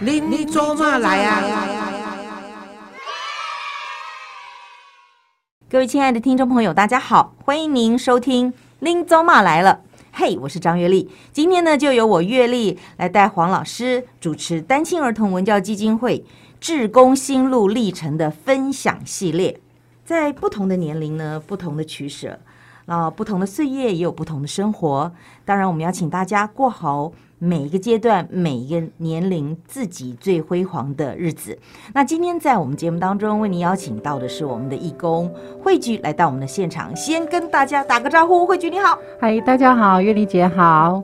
您您做嘛来啊？各位亲爱的听众朋友，大家好，欢迎您收听《林走马来了》。嘿、我是张月丽，今天呢就由我月丽来带黄老师主持单亲儿童文教基金会志工心路历程的分享系列。在不同的年龄呢，不同的取舍，啊、不同的岁月也有不同的生活。当然，我们要请大家过好每一个阶段、每一个年龄自己最辉煌的日子。那今天在我们节目当中为您邀请到的是我们的义工慧菊来到我们的现场，先跟大家打个招呼，慧菊你好。嗨，大家好，月丽姐好。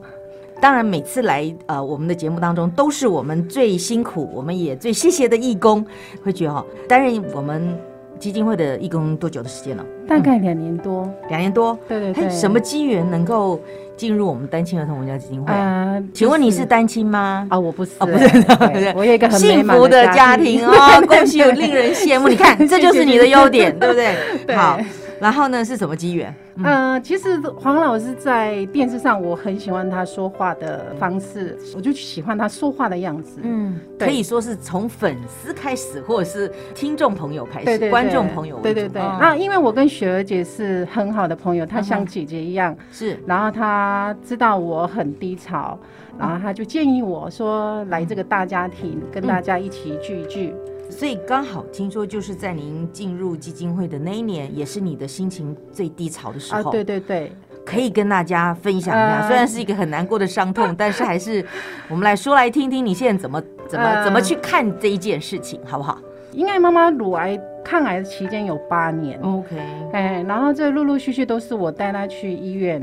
当然，每次来呃我们的节目当中，都是我们最辛苦，我们也最谢谢的义工。慧菊哈、哦，担任我们基金会的义工多久的时间了？大概两年多，两年多。对对嘿，对。什么？机缘能够进入我们单亲儿童文教基金会啊？呃，请问你就是单亲吗？啊？我不是，哦不是对不是我有一个很美幸满福的家家庭对 哦，对对恭喜有令人羡慕。你 看，这就是你的优点，对不对？对好，然后呢是什么机缘？呃，其实黄老师在电视上，我很喜欢他说话的方式，我就喜欢他说话的样子。嗯，对可以说是从粉丝开始，或者是听众朋友开对始，对，观对众朋友为对主对对。哦那因为我跟雪儿姐是很好的朋友，她像姐姐一样，是然后她知道我很低潮，然嗯后她就建议我说来这个大家庭，跟大家一起聚一聚。所以刚好听说，就是在您进入基金会的那一年，也是你的心情最低潮的时啊候，，对对对，可以跟大家分享一下。呃虽然是一个很难过的伤 痛，但是还是我们来说来听听你现在怎么怎么、呃怎么去看这一件事情，好不好因为妈妈乳癌抗癌的期间有八年， ？OK，哎，然后这陆陆续续都是我带她去医院，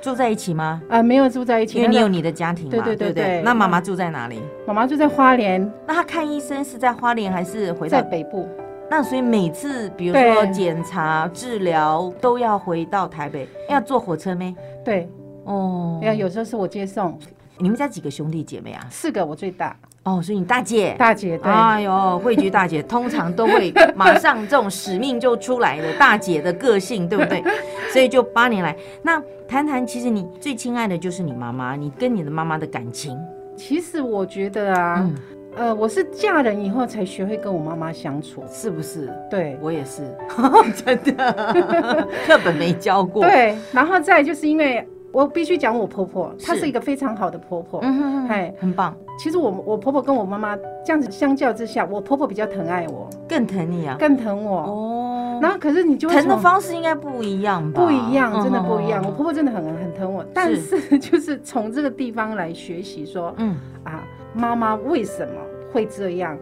住在一起吗？啊、没有住在一起，因为你有但是你的家庭嘛，对对对对不对对那妈妈住在哪里？妈妈就在花莲，那她看医生是在花莲还是回到在？北部，那所以每次比如对说检查、治疗都要回到台北，要坐火车没？对，哦，要有时候是我接送，你们家几个兄弟姐妹啊？四个我最大，哦，所以你大姐，大姐对，哎呦，慧菊大姐 通常都会马上这种使命就出来了，大姐的个性，对不对？ 所以就八年来，那谈谈，其实你最亲爱的就是你妈妈，你跟你的妈妈的感情，其实我觉得啊，嗯，呃，我是嫁人以后才学会跟我妈妈相处，是不是？对。我也是， 真 的，课本没教过。，对，然后再就是因为我必须讲我婆婆，她是是一个非常好的婆婆。嗯哼哼，哎，很棒，其实我我婆婆跟我妈妈这样子相较之下，我婆婆比较疼爱我，更疼你啊。更疼我。哦，然后可是你就会疼的从方式应该不一样吧？不一样，真的不一样。嗯我婆婆真的很很疼我，但是 就是从这个地方来学习说嗯，啊，妈妈为什么会这样？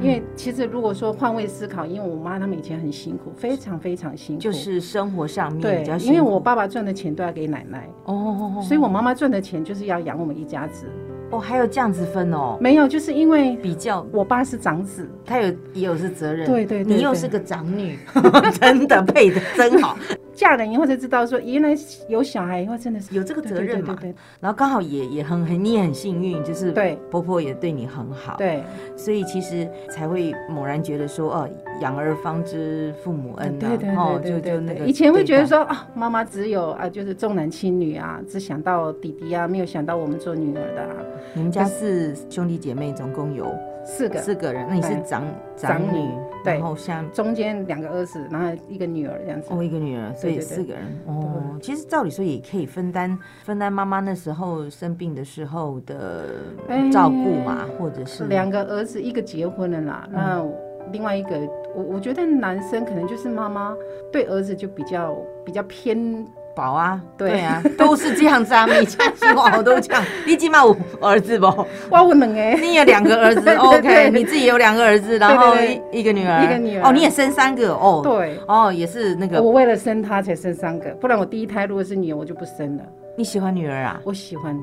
因为其实如果说换位思考，因为我妈他们以前很辛苦，非常非常辛苦。就是生活上面对比较，辛因苦。为我爸爸赚的钱都要给奶奶，哦哦，哦所以我妈妈赚的钱就是要养我们一家子。哦，还有这样子分哦，没有，就是因为比较我爸是长子，他有也有是责任，对对对你又对是个长女， 真的配的真 好，嫁人以后才知道说，原来有小孩以后真的是有这个对责任嘛。对然后刚好也也很很你也很幸运，就是对婆婆也对你很好，，对所以其实才会猛然觉得说，哦，养儿方知父母恩、啊，对对对哦，对就对就那对个以前会觉得对待，说啊，妈妈只有啊，就是重男轻女啊，只想到弟弟啊，没有想到我们做女儿的啊，你们家是兄弟姐妹，总共有四个，四个人，那你是对长长长女女，对然后像中间两个儿子，然后一个女儿这样子。哦，一个女儿，所以对对对四个人。哦，其实照理说也可以分担分担妈妈那时候生病的时候的哎照顾嘛，或者是嗯是两个儿子，一个结婚了啦，那另外一个，我我觉得男生可能就是妈妈对儿子就比较比较偏宝啊，对对啊，都是这样子啊。你家说我都这 样，你起码我儿子不，哇，我冷哎、你有两个儿子 对对，OK，对你自己有两个儿子，然后对对一一个女儿，一个女儿哦，你也生三个哦，对，哦，也是那个我为了生他才生三个，不然我第一胎如果是女儿我就不生了。你喜欢女儿啊，我喜欢你，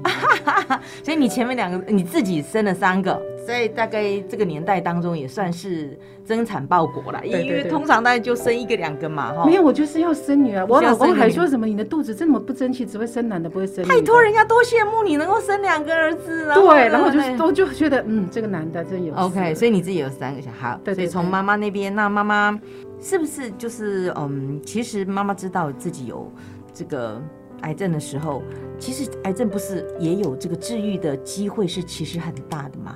所以你前面两个你自己生了三个，在大概这个年代当中也算是增产报国了，因对对为对通常大概就生一个两个嘛，哈没。有我就是要生女儿。啊我哦你是要老公生女还说什么你的肚子这么不争气，只会生男的不会生女的。拜托，人家多羡慕你能够生两个儿子，然后对，然后就呢是都就觉得嗯，这个男的真有事 OK，所以你自己有三个小孩，对对所以从对妈妈那边，那妈妈是不是就是嗯，其实妈妈知道自己有这个癌症的时候，其实癌症不是也有这个治愈的机会是其实很大的嘛？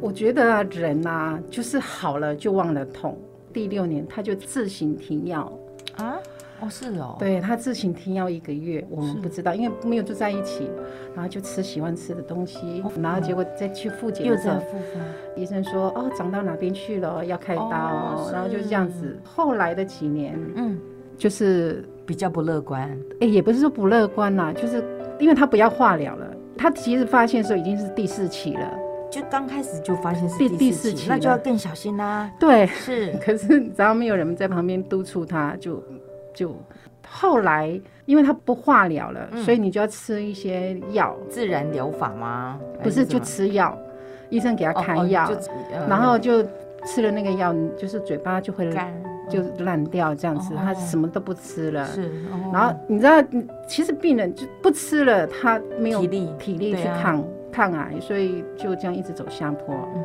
我觉得啊，人呐、啊，就是好了就忘了痛。第六年他就自行停药，啊，哦是哦，，对他自行停药一个月，我们是不知道，因为没有住在一起，然后就吃喜欢吃的东西，然后结果再去复检哦又的时在候，复发，医生说哦长到哪边去了，要开刀，哦然后就是这样子。后来的几年，嗯，就是比较不乐观，哎、也不是说不乐观啦，就是因为他不要化疗了，他其实发现的时候已经是第四期了，就刚开始就发现是第第第四期，期那了就要更小心 啦。对。是，可是只要没有人在旁边督促他，就就后来因为他不化疗了，嗯所以你就要吃一些药，自然疗法吗？不是就吃吃药，医生给哦他开药，呃然后就吃了那个药，你就是嘴巴就会干就烂掉这样子，哦他什么都不吃了。是，哦然后你知道，嗯其实病人就不吃了，他没有体力体力对去啊抗、抗癌，所以就这样一直走下坡。嗯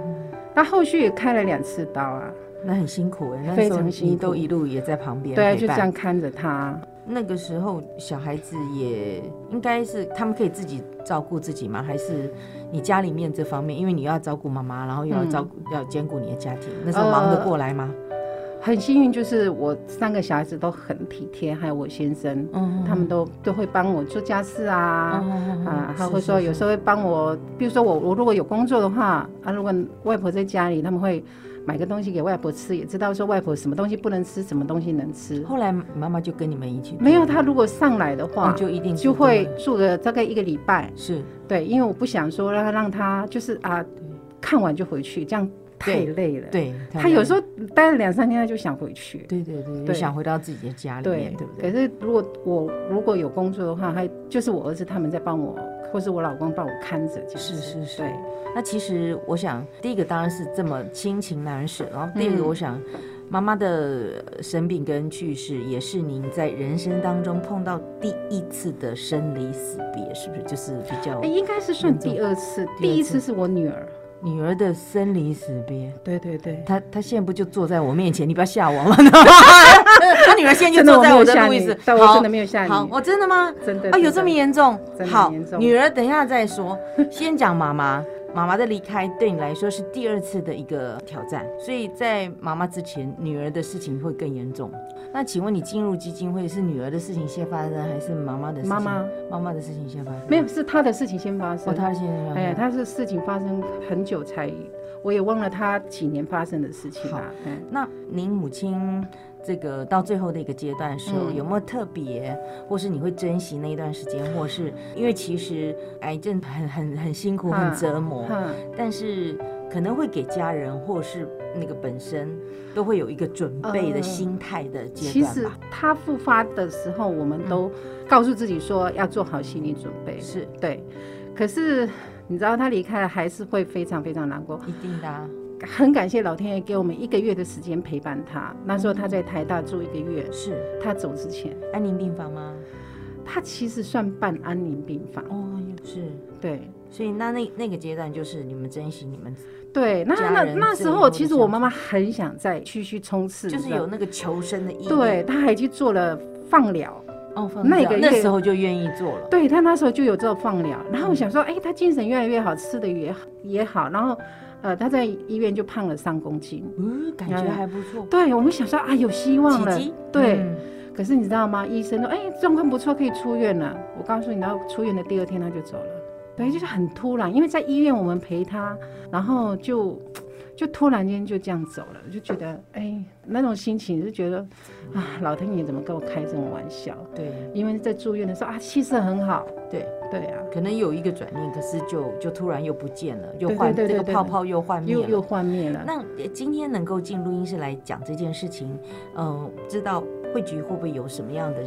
他后续也开了两次刀啊，那很辛苦哎，那非时候常辛你都苦一路也在旁边对啊，陪就这伴样看着他。那个时候小孩子也应该是他们可以自己照顾自己吗？还是你家里面这方面，因为你又要照顾妈妈，然后又要照顾、嗯要兼顾你的家庭，那呃时候忙得过来吗？很幸运，就是我三个小孩子都很体贴，还有我先生，嗯他们都都会帮我做家事啊。啊，他会说有时候候会帮我，比如说我我如果有工作的话，啊，如果外婆在家里，他们会买个东西给外婆吃，也知道说外婆什么东西不能吃，什么东西能吃。后来妈妈就跟你们一起住，没有他如果上来的那话，就一定就会知道住个大概一个礼拜，是对，因为我不想说让他让他就是啊，看完就回去，这样太对累了。，对，他有时候候待了两三天，他就想回去。对对对，就对想回到自己的家里面，对不对？可是如果我如果有工作的话，还就是我儿子他们在帮我，或是我老公帮我看着，这样是子是是对，那其实我想，第一个当然是这么亲情难舍，然后第二个嗯我想，妈妈的呃生病跟去世也是您在人生当中碰到第一次的生离死别，是不是？就是比较哎，应该是算第二嗯次，第一次是我女儿。女儿的生离死别。对对对，她她现在不就坐在我面前？你不要吓我 嘛！她女儿现在就真的哦坐在我我没有的吓路易你斯，，但我真的没有吓你，好，我真的吗？真的啊，有这么真的严重？真的好严，重女儿等一下再说，先讲妈妈。妈妈的离开对你来说是第二次的一个挑战，所以在妈妈之前，女儿的事情会更严重。那请问你进入基金会是女儿的事情先发生，还是妈妈的事情？妈妈妈妈的事情先发生？没有，是他的事情先发哦，生。她的事情先发生。哎，他是事情发生很久才，我也忘了他几年发生的事情好了。哎那您母亲这个到最后的一个阶段的时候，嗯有没有特别，或是你会珍惜那一段时间，或是因为其实癌症很很很辛苦，很嗯折磨，哼但是可能会给家人或是那个本身都会有一个准备的呃心态的阶其段实吧。嗯他复发的时候，我们都告诉自己说要做好心理准备。是对，可是你知道他离开了，还是会非常非常难过。一定的、啊，很感谢老天爷给我们一个月的时间陪伴他。那时候他在台大住一个月，是他走之前，安宁病房吗？他其实算半安宁病房。哦，是。对所以那那那个阶段就是你们珍惜你们，对，那家那人那自时由候的其实相我妈妈很想再继续冲刺，就是你知道有那个求生的意义。对，她还去做了放疗。哦，放那假个那月时候就愿意做了。对他那时候就有这个放疗，然后我想说，哎、他精神越来越好，吃的也好也好，然后，呃，他在医院就胖了三公斤。嗯，感觉还不错，对，我们想说啊，有希望了奇迹。对，嗯可是你知道吗？医生说，哎、状况不错，可以出院了。我告诉你，然后出院的第二天他就走了。对，就是很突然，因为在医院我们陪他，然后就就突然间就这样走了，就觉得哎、那种心情就觉得啊，老天爷怎么跟我开这种玩笑？对因为在住院的时候啊，气色很好。对，对啊。可能有一个转念，可是就就突然又不见了，又对对幻对这对个对泡对泡又幻灭又了又。幻灭了。那呃今天能够进录音室来讲这件事情，嗯、知道会局会不会有什么样的，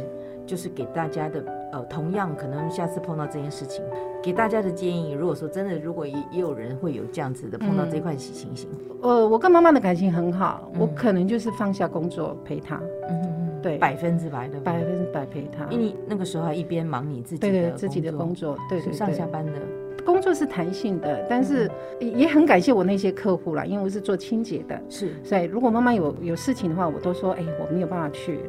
就是给大家的呃，同样可能下次碰到这件事情，给大家的建议，如果说真的，如果也也有人会有这样子的碰到这块情形，呃，我跟妈妈的感情很好，嗯我可能就是放下工作陪她，嗯嗯嗯，对百分之百的，百分之百陪她。因为你那个时候还一边忙你自己的对对，自己的工工作，作，对对上下嗯对，班的，工作是弹性的，但是也也很感谢我那些客户啦，因为我是做清洁的，是所以如果妈妈有有事情的话，我都说，哎，我没有办法去，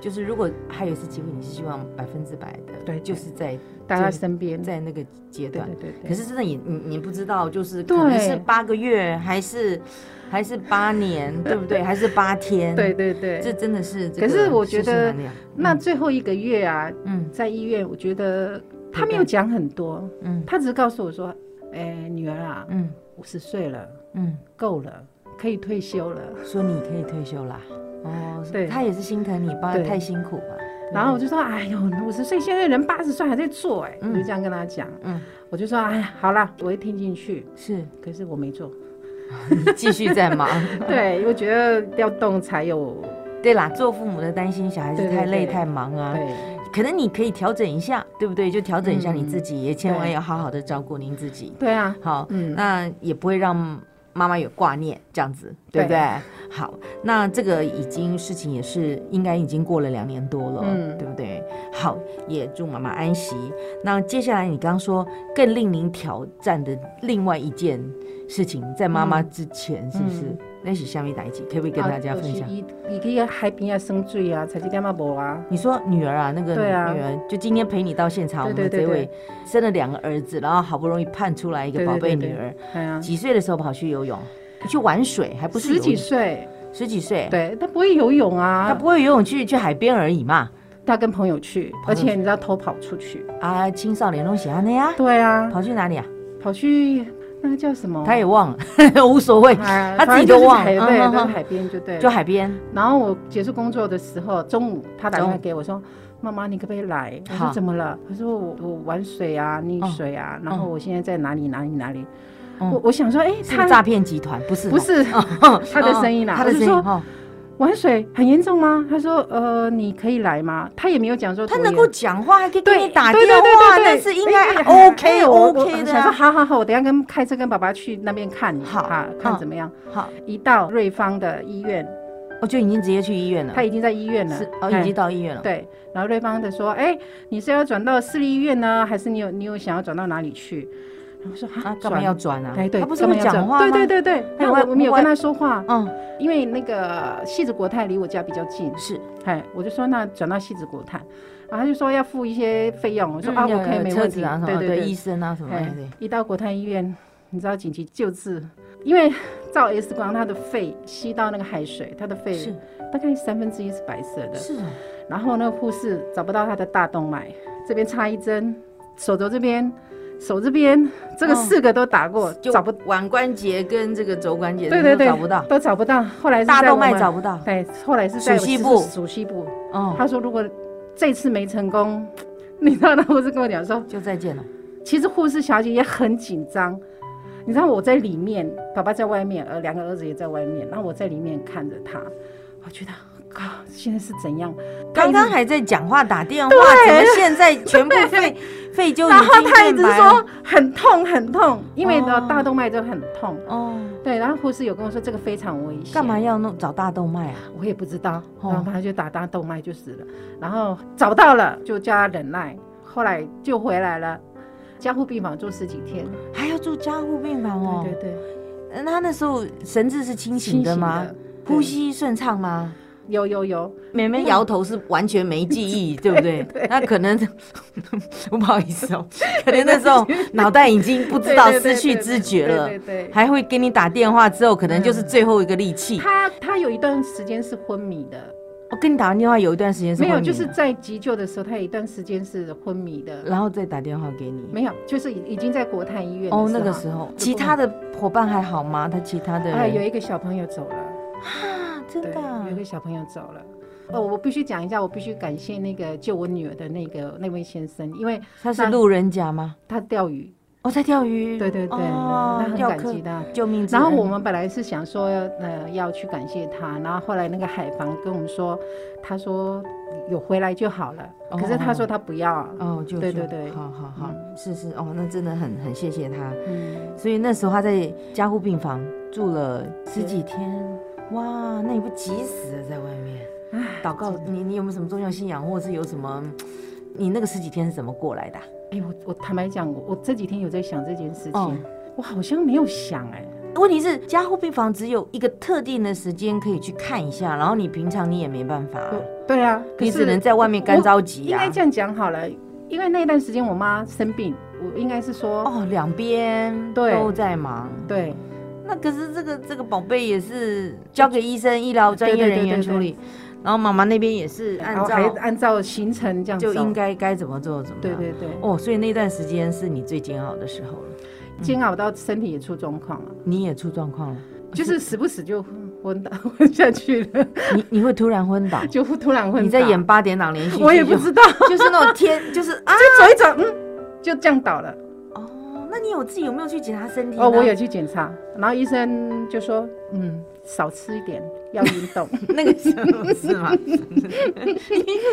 就是如果还有一次机会，你是希望百分之百的，对对就是在待在身边，在那个阶对段对。对对。可是真的也你你不知道，就是可对能是八个月，还是还是八年，对不对？还是八天？对，对对，这真的是这个可是我觉世事得难料那最后一个月啊，嗯在医院，我觉得他没对有讲很多，嗯他只是告诉我说：“哎、女儿啊，嗯五十岁了，嗯，够了，可以退休了。说你可以退休啦。哦，对他也是心疼你，爸对太辛苦了。”然后我就说：“哎呦，五十岁现在人八十岁还在做、哎、嗯我就这样跟他讲。嗯我就说：“哎呀，好啦，我会听进去。是”可是我没做，你继续在 忙。对，因为我觉得要动才有对啦，做父母的担心小孩子对对太累对太忙啊，对嗯可能你可以调整一下，对不对？就调整一下你自己，也千万对要好好的照顾您自己。对啊，好，嗯那也不会让妈妈有挂念，这样子，对不对？好，那这个已经事情也是应该已经过了两年多了，嗯对不对？好，也祝妈妈安息。那接下来你刚刚说更令您挑战的另外一件事情，在妈妈之前是不是？嗯那是下面哪一集？可啊不可以跟大家分享？伊伊去海边啊生水啊，才去点啊无啊，你说女儿啊，那个对啊女儿，就今天陪你到现场，我对们对这对位生了两个儿子，然后好不容易盼出来一个对对宝贝对女对儿，哎呀、几岁的时候跑去游泳，去玩水，还不是十游几泳岁，十几岁，对他不会游泳啊，她不会游泳去去海边而已嘛，他跟朋友去，朋友而去且你知道偷跑出去。啊，青少年东西啊那呀，对啊，跑去哪里啊？跑去那个叫什么？她也忘了， 无所 谓，哎他自己反正就都是忘了海嗯对，嗯都是嗯海边就对。就了。海边，然后我结束工作的时候，中午他打电话中午给我说：“妈妈，你可不可以来？”我好哦说：“怎么了？”他说：“我我玩水啊，溺水啊，然后我现在在哪里哪里哪里。”嗯我我想说，哎，是不是他诈骗集团，不是哦嗯不，是 他的声音啦，他的我声就音说哦，玩水很严重吗？他说：“呃，你可以来吗？”他也没有讲说他多能严够讲话，还可以跟你对打对电对对话，对那对是应该哎哎哎 OK 我我 OK 的想说啊。好好好，我等一下跟开车跟爸爸去那边看，好啊嗯看怎么样。好，一到瑞芳的医院，我就已经直接去医院了，他已经在医院了嗯是，哦，哎已经到医院了。对。然后瑞芳的说：“哎，你是要转到私立医院呢，还是你有你有想要转到哪里去？”然后我说：“啊，干转嘛要转啊？哎，对，他不是干会嘛要转讲话吗？对对对对。哎那我我我们有我跟他说话，嗯，因为那个戏子国泰离我家比较近，是哎，我就说那转到戏子国泰，然后他就说要付一些费用，我说、啊，有我可以有没车问子题，啊什对么，对对对医生啊什么哎的，一到国泰医院，你知道紧急救治，因为照 X 光，他的肺吸到那个海水，他的肺是大概三分之一是白色的，是啊，然后那个护士找不到他的大动脉，这边插一针，手肘这边。手这边这个哦四个都打过，就找不腕关节跟这个肘关节对对都对，找不到，都找不到。后来是大在动我脉们找不到，对，后来是在属西部属西部，哦，他说如果这次没成功， 你知道那护士跟我讲说，就再见了。其实护士小姐也很紧张。你知道我在里面，爸爸在外面，呃，两个儿子也在外面，然后我在里面看着他，我觉得，靠，现在是怎样？刚刚他一直还在讲话打电话，怎么现在全部肺肺就已然后哦经他一直变白了说很痛很痛，因为呢哦大动脉就很痛。哦，对，然后护士有跟我说这个非常危险，干嘛要弄找大动脉啊？我也不知道，哦然后他就打大动脉就死了，然后找到了就叫他忍耐，后来救回来了，加护病房住十几天。还要住加护病房哦？对对对，嗯那他那时候神志是清醒的吗？对呼吸顺畅吗？有有有，妹妹摇头是完全没记 忆，对不对？那可能 我不好意思哦，可能那时 候脑袋已经不知道对对对失去知觉了对，对对对还会给你打电话之后，可能就是最后一个力气。他他有一段时间是昏迷的，我跟你打完电话有一段时间是没有，昏迷就的是在急救的时候，他有一段时间是昏迷的，然后再打电话给你。没有，就是已已经在国泰医院的哦，那时个候时候其他的伙伴还好吗？他其他的啊，有人一个小朋友走了。啊，真对的啊有一个小朋友走了。哦，我必须讲一下，我必须感谢那个救我女儿的那个那位先生，因为他是路人甲吗？他钓鱼，哦，在钓鱼。对对对，哦他很钓感客嗯激他。救命之然恩！后我们本来是想说，呃，要去感谢他，然后后来那个海防跟我们说，他说有回来就好了，哦可是他说他不要，啊哦，就对就对对好好好，是是哦，那真的很很谢谢他。嗯，所以那时候他在加护病房住了十几天，哇，那你不急死了在外面？唉，祷告，你你有没有什么宗教信仰，或者是有什么？你那个十几天是怎么过来的啊、哎，我我坦白讲，我我这几天有在想这件事哦情，我好像没有想哎，问题是加护病房只有一个特定的时间可以去看一下，然后你平常你也没办法啊、我对啊，可你是只能在外面干着急应啊该。这样讲好了，因为那段时间我妈生病，我应该是说，哦，两边对都在忙。对，那可是这个这个宝贝也是交给医生、医疗专业人员处理，然后妈妈那边也是然后按还照按照行程这样就走应该该怎么做怎么对样。对对，哦，所以那段时间是你最煎熬的时候了，煎熬到身体也出状况了，你也出状 况了，就是死不死就昏倒 昏下去了，，你你会突然昏倒 就突然昏倒。你在演八点档连续剧，我也不知道， 就，就是那种天，就是啊，就走一走，嗯，就这样倒了。哦，那你有自己有没有去检查身体呢？哦，我有去检查，然后医生就说，嗯，少吃一点，要运 动。那个时候是吗？ 你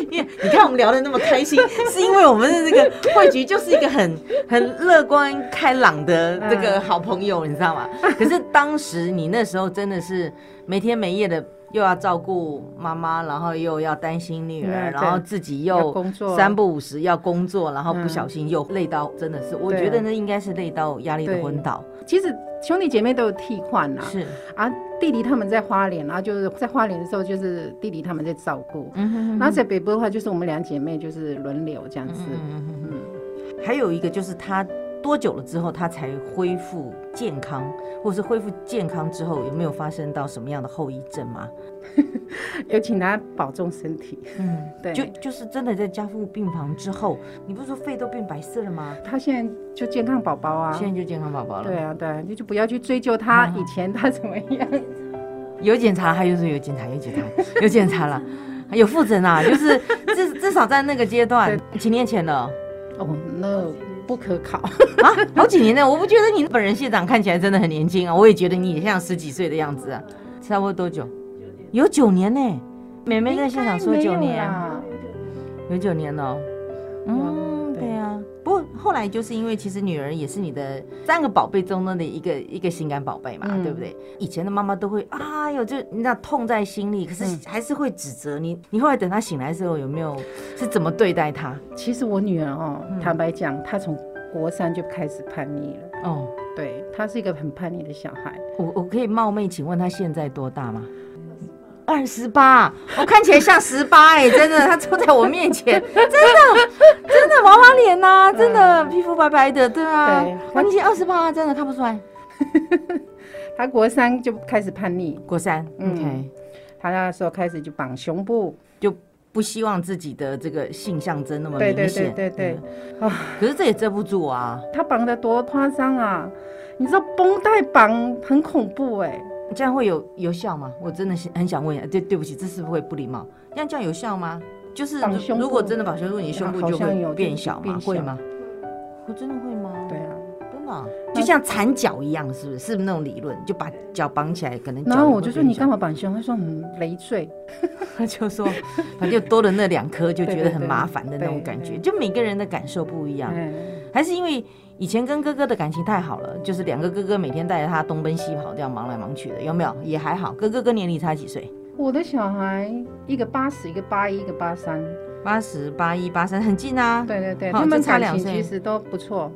你看我们聊得那么开心，是因为我们的这个慧菊就是一个很很乐观开朗的这个嗯好朋友，你知道吗？可是当时你那时候真的是没天没夜的。又要照顾妈妈，然后又要担心女儿，嗯对然后自己要又工作三不五时要工作，然后不嗯小心又累到，真的是，我对啊觉得那应该是累到压力的对昏倒，其实兄弟姐妹都有替换啦，是，啊，弟弟他们在花莲，然后就是在花莲的时候，就是弟弟他们在照顾，嗯哼哼然后在北部的话，就是我们两姐妹就是轮流这样子。嗯嗯嗯。还有一个就是他多久了之后他才恢复健康，或是恢复健康之后有没有发生到什么样的后遗症吗？有请大家保重身 体。嗯，对就就是真的在加护病房之后，你不是说肺都变白色了吗？他现在就健康宝宝啊，现在就健康宝宝嗯了。对，啊对啊，你就不要去追究他以前他怎么 样。有检查，他又说有检查，有检查， 有检查了。有复诊啊，就是至至少在那个阶段，几年前了哦，那不可 考。啊，好几年了。我不觉得你本人谢长看起来真的很年轻啊，我也觉得你也像十几岁的样子啊。差不多多久？有九年呢、妹妹在现场说啊九年，有九年了哦。嗯，对对啊。不过后来就是因为其实女儿也是你的三个宝贝中的一个一个情感宝贝嘛，嗯对不对？以前的妈妈都会啊哟，就你知道痛在心里，可是嗯还是会指责你。你后来等她醒来之后，有没有是怎么对待她？其实我女儿哦，嗯坦白讲，她从国三就开始叛逆了。哦，对，她是一个很叛逆的小孩。我我可以冒昧请问她现在多大吗？二十八，我看起来像十八哎，真的，她坐在我面前，真的，真的娃娃脸呐、真的皮肤白白的，对啊嗯对，哇，你已经二十八，真的看不出来。她国三就开始叛逆，国三、嗯 o k 她那时候开始就绑胸部。就不希望自己的这个性象征那么明对显，对对对对，嗯可是这也遮不住啊，她绑得多夸张啊！你知道绷带绑很恐怖哎、这样会有有效吗？我真的是很想问一下，对对不起，这是不是会不礼貌？这样这样有效吗？就是绑如胸部如果真的把胸部，你胸部好就像有会变就小吗？变小哦会吗？我真的会吗？对，啊。真的啊、那就像缠脚一样，是不是？是不是那种理论？就把脚绑起来，可能脚然后也我会就说变你小干嘛绑胸？她说嗯，累赘。他就说，反正就多了那两颗，就觉对得对很对麻烦的那种对感觉。对就每个人的感受不一样，嗯，还是因为以前跟哥哥的感情太好了，就是两个哥哥每天带着他东奔西跑，这样忙来忙去的，有没有？也还好。哥哥跟年龄差几岁？我的小孩一个八十，一个八一，一个八三。八十八一八三，很近啊。对对对，好他们就差感两情岁其实都不错。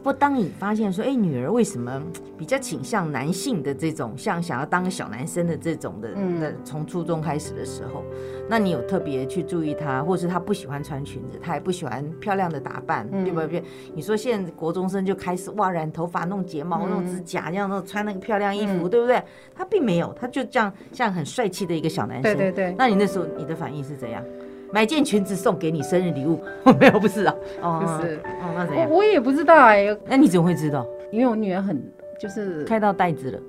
不过当你发现说，哎，女儿为什么嗯比较倾向男性的这种，像想要当个小男生的这种的，嗯那从初中开始的时候，那你有特别去注意她，或是她不喜欢穿裙子，她也不喜欢漂亮的打扮，嗯对不对？你说现在国中生就开始哇染头发、弄睫毛、嗯弄指甲，这样弄穿那个漂亮衣服，嗯对不对？她并没有，她就这样像很帅气的一个小男生。对对对，那你那时候你的反应是怎样？买件裙子送给你生日礼物？ 没有，不是啊，哦，就是哦，那怎样？我我也不知道哎、那你怎么会知道？因为我女儿很就是开到袋 子了，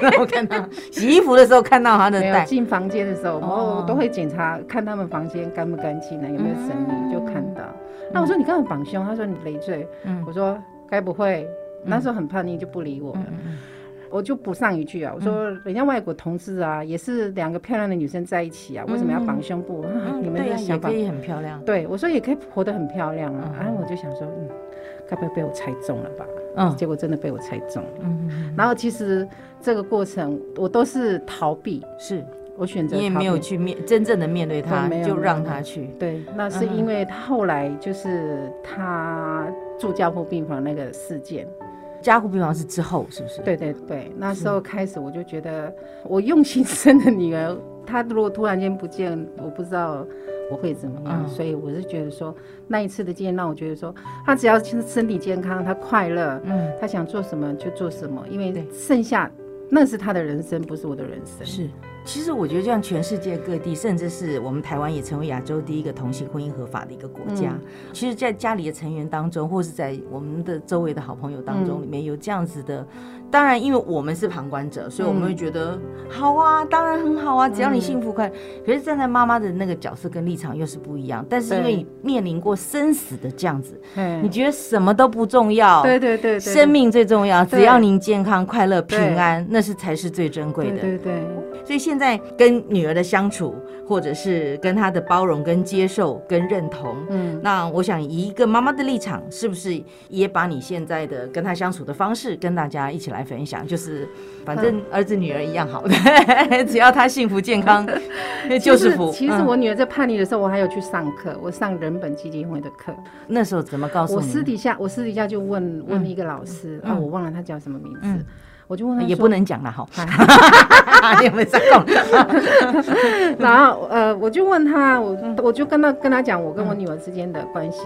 然后看到洗衣服的时候看到他的没有袋，进房间的时候，哦我我都会检查看他们房间干不干净呢，啊有没有整嗯理，就看到。那我说你干嘛绑胸？她说你累赘。嗯我说该不会那时候很叛逆就不理我嗯了。我就补上一句啊，我说人家外国同志啊，也是两个漂亮的女生在一起啊，为什么要绑胸部？啊你嗯，们对的呀，也想法可以很漂亮，对，我说也可以活得很漂亮啊，嗯然后我就想说，嗯，该不会被我猜中了吧？嗯结果真的被我猜中了。嗯嗯，然后其实这个过程我都是逃避，是我选择你也逃没有避去面真正的面对他对没，有就没有让没有他去，嗯对，那是因为他后来就是他住加护病房那个事件，加护病房是之后是不是？，嗯 对对对，那时候开始我就觉得我用心生的女儿他如果突然间不见，我不知道我会怎么样。嗯所以我是觉得说，那一次的经验让我觉得说，他只要身身体健康，他快乐，嗯，他想做什么就做什么，因对为剩下那是他的人生，不是我的人生。是。其实我觉得，这样全世界各地，甚至是我们台湾，也成为亚洲第一个同性婚姻合法的一个国嗯家。其实，在家里的成员当中，或是在我们的周围的好朋友当中，嗯里面有这样子的。当然，因为我们是旁观者，所以我们嗯会觉得、好啊，当然很好啊，只要你幸福快乐。可是站在妈妈的那个角色跟立场又是不一样。但是因为对你面临过生死的这样子，嘿你觉得什么都不重要，对对对对，生命最重要，对只要您健康、快乐、平对安，那是才是最珍贵对的。对对，所以现在跟女儿的相处，或者是跟她的包容、跟接受、跟认同，嗯，那我想以一个妈妈的立场，是不是也把你现在的跟她相处的方式跟大家一起来分享？就是反正嗯儿子女儿一样好，对 只要她幸福健康，就是福。 其实嗯我女儿在叛逆的时候，我还有去上课，我上人本基金会的课。嗯那时候怎哦么告诉我你私呢？底下，我私底下就问问一个老师，啊，嗯我忘了他叫什么名嗯字，我就问他也说不能讲了哈，哎 你有没有在 讲？然后呃，我就问他，我嗯我就跟他跟他讲我跟我女儿之间的关系。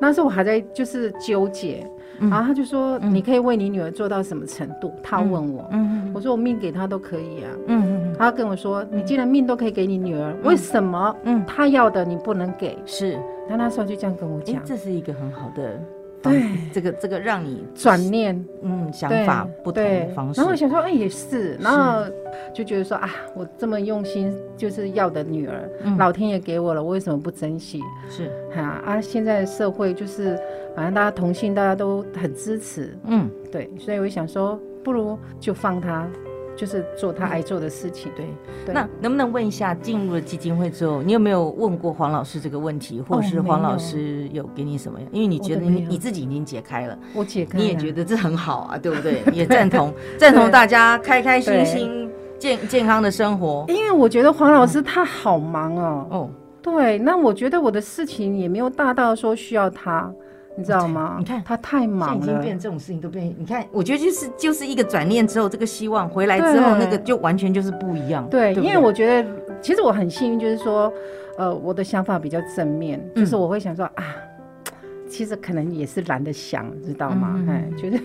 那时候我还在就是纠结，嗯然后他就说你可以为你女儿做到什么程度？他问我，嗯我说我命给她都可以啊。嗯嗯他跟我说你既然命都可以给你女儿，为什么嗯，她要的你不能给？是。他那时候就这样跟我哎、讲，这是一个很好的方，对这个这个让你转念。嗯想对法不同对的方式然后，我想说，哎，也是，然后就觉得说啊，我这么用心就是要的女儿，嗯老天爷给我了，我为什么不珍惜？是哈啊，现在社会就是，反正大家同性大家都很支持，嗯对，所以我想说，不如就放他，就是做他爱做的事情。对。对那能不能问一下，进入了基金会之后，你有没有问过黄老师这个问题，或者是哦没黄老有师有给你什么样？因为你我觉得都没你有你自己已经解开了，我解开，你也觉，得这很好啊，对不 对？你也赞同赞同对大家开开心对心、健健康的生活。因为我觉得黄老师他好忙哦，哦，对，那我觉得我的事情也没有大到说需要他，你知道吗？你看他太现在忙已经了，变这种事情都变，你看，我觉得就是就是一个转念之后，这个希望回来之后，对那个就完全就是不一样。对，不因为我觉得其实我很幸运，就是说，呃，我的想法比较正面，嗯就是我会想说啊，其实可能也是懒得想，知道吗嗯嗯？哎、就是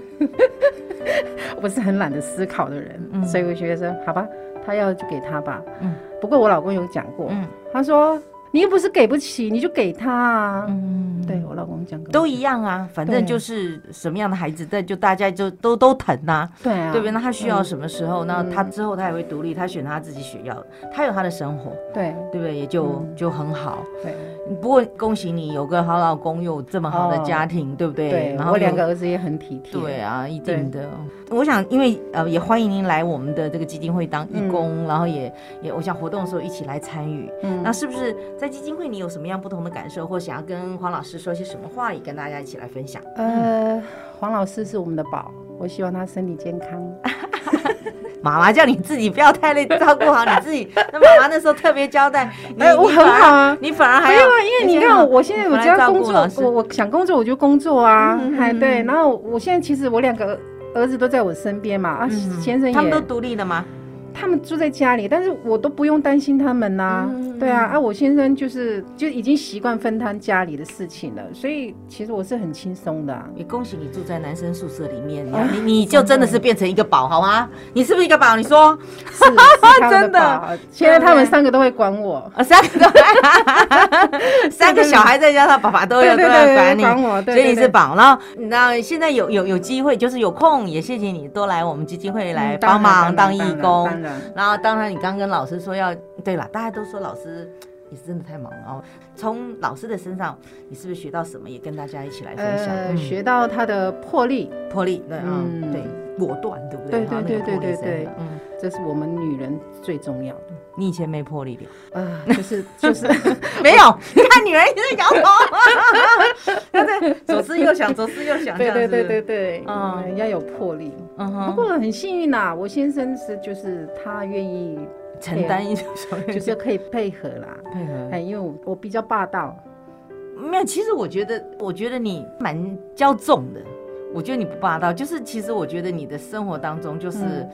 我是 很懒得思考的人，嗯所以我觉得说，好吧，他要就给他吧。嗯不过我老公有讲过，嗯他说你又不是给不起，你就给他啊。嗯，对我老公讲过，都一样啊，反正对就是什么样的孩子，但就大家就都都疼呐、对啊，对不对？那他需要什么时候，那嗯他之后他也会独立，他选他自己想要的，他有他的生活，对对不对？也就、嗯就很好。对不过恭喜你有个好老公，又有这么好的哦家庭，对不对？对，然后我两又个儿子也很体贴。对啊，一定的。我想，因为呃，也欢迎您来我们的这个基金会当义工，然后也也，我想活动的时候一起来参与。嗯那是不是在基金会你有什么样不同的感受，或想要跟黄老师说些什么话，也跟大家一起来分享？嗯呃，黄老师是我们的宝，我希望他身体健康。妈妈叫你自己不要太累，照顾好你自己。那妈妈那时候特别交代，你哎我你很反而好啊你反而还没要有啊，因为你先好看我现在我来只要照工顾老师作，我我想工作我就工作啊嗯嗯，哎嗯对，然后我现在其实我两个儿子都在我身边嘛，啊嗯先生也他们都独立了吗？他们住在家里，但是我都不用担心他们呐、嗯嗯对啊，嗯啊我先生就是就已经习惯分摊家里的事情了，所以其实我是很轻松的、啊。也恭喜你住在男生宿舍里面，你啊你你就真的是变成一个宝，好吗？你是不是一个宝？你说是， 是他们真的宝，现在他对们不对三个都会管我。啊，三个都三个小孩再加上爸爸都要都对要对管对，你。管我，对所以对你是对榜了，那现在有有有机会，就是有空也谢谢你多来我们基金会来嗯当帮然忙当当然义当然工，当然然后当然，你刚跟老师说要对了，大家都说老师也是真的太忙了哦。从老师的身上，你是不是学到什么？也跟大家一起来分享。呃，嗯学到他的魄力，魄力，对啊，嗯对，果断，对不对？对对啊那个对魄力对真对的嗯，这是我们女人最重要的你以前没魄力的，啊、就是 就是，没 有。你看女人一直摇头， 对对，左思右想，左思右想，对对对对对，对，嗯嗯，要有魄力。嗯不哼，过很幸运啦，我先生是就是他愿意， 承担一种就就是可以配合啦。配合。哎，因为我我比较霸道，没有，其实我觉得，我觉得你蛮骄纵的。我觉得你不霸道，就是其实我觉得你的生活当中就是嗯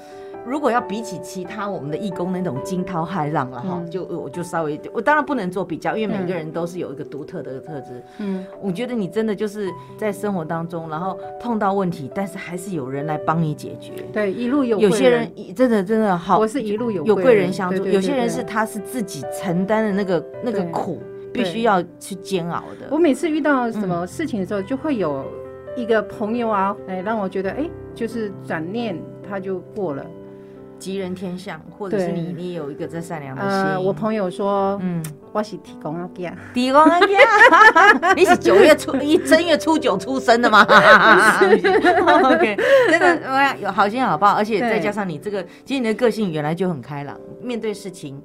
如果要比起其他我们的义工那种惊涛骇浪了哈，嗯就我就稍微我当然不能做比较，因为每个嗯人都是有一个独特的特质。嗯，我觉得你真的就是在生活当中，然后碰到问题，但是还是有人来帮你解决。对，一路有有贵些人真的真的好我，是一路有有贵人相助，对对有些对人对是他是自己承担的那个那个对苦，必对须要去煎熬的我。每次遇到什嗯么事情的时候，就会有一个朋友啊，哎，让我觉得哎，就是转念他就过了。吉人天相，或者是对你你也有一个这善良的心。呃，我朋友说，嗯，我是提供阿健，狄公啊， 你是九月初一正月初九出生的吗 ？OK，真的哇，有好心好报，而且对再加上你这个，其实你的个性原来就很开朗，面对事情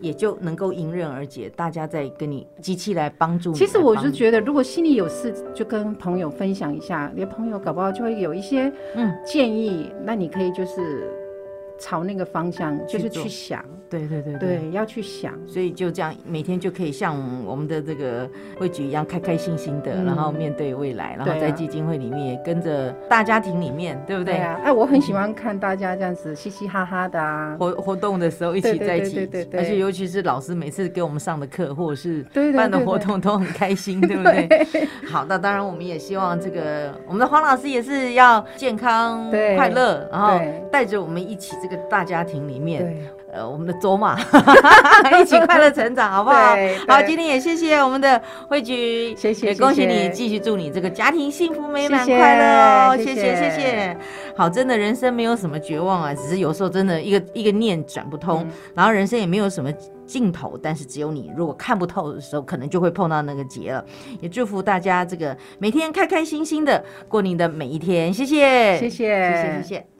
也就能够迎刃而解。大家在跟你机器来帮助你。其实我是来觉得，如果心里有事，就跟朋友分享一下，你的朋友搞不好就会有一些嗯建议，那你可以就是朝那个方向，去就是做去想，帮你对对对对。对，要去想。所以就这样，每天就可以像我们的这个会局一样，开开心心的，嗯然后面对未来，然对后啊在基金会里面也跟着大家庭里面，对不对？啊，哎，我很喜欢看大家这样子嘻嘻哈哈的啊，活活动的时候一起对对在一起，对对对对而且尤其是老师每次给我们上的课或者是对对对办的对活动都很开 心，对不对？好，那当然我们也希望这个我们的黄老师也是要健康对快乐，然后对带着我们一起这个大家庭里面，对。呃，我们的卓 玛一起快乐成长，好不好？对对好，今天也谢谢我们的慧菊，谢谢也恭喜谢谢你，继续祝你这个家庭幸福美满谢谢快乐哦，谢谢谢谢谢谢。好，真的人生没有什么绝望啊，只是有时候真的一个一个念转不通，嗯然后人生也没有什么尽头，但是只有你如果看不透的时候，可能就会碰到那个结了。也祝福大家这个每天开开心心的过您的每一天，谢谢，谢谢谢谢，谢谢。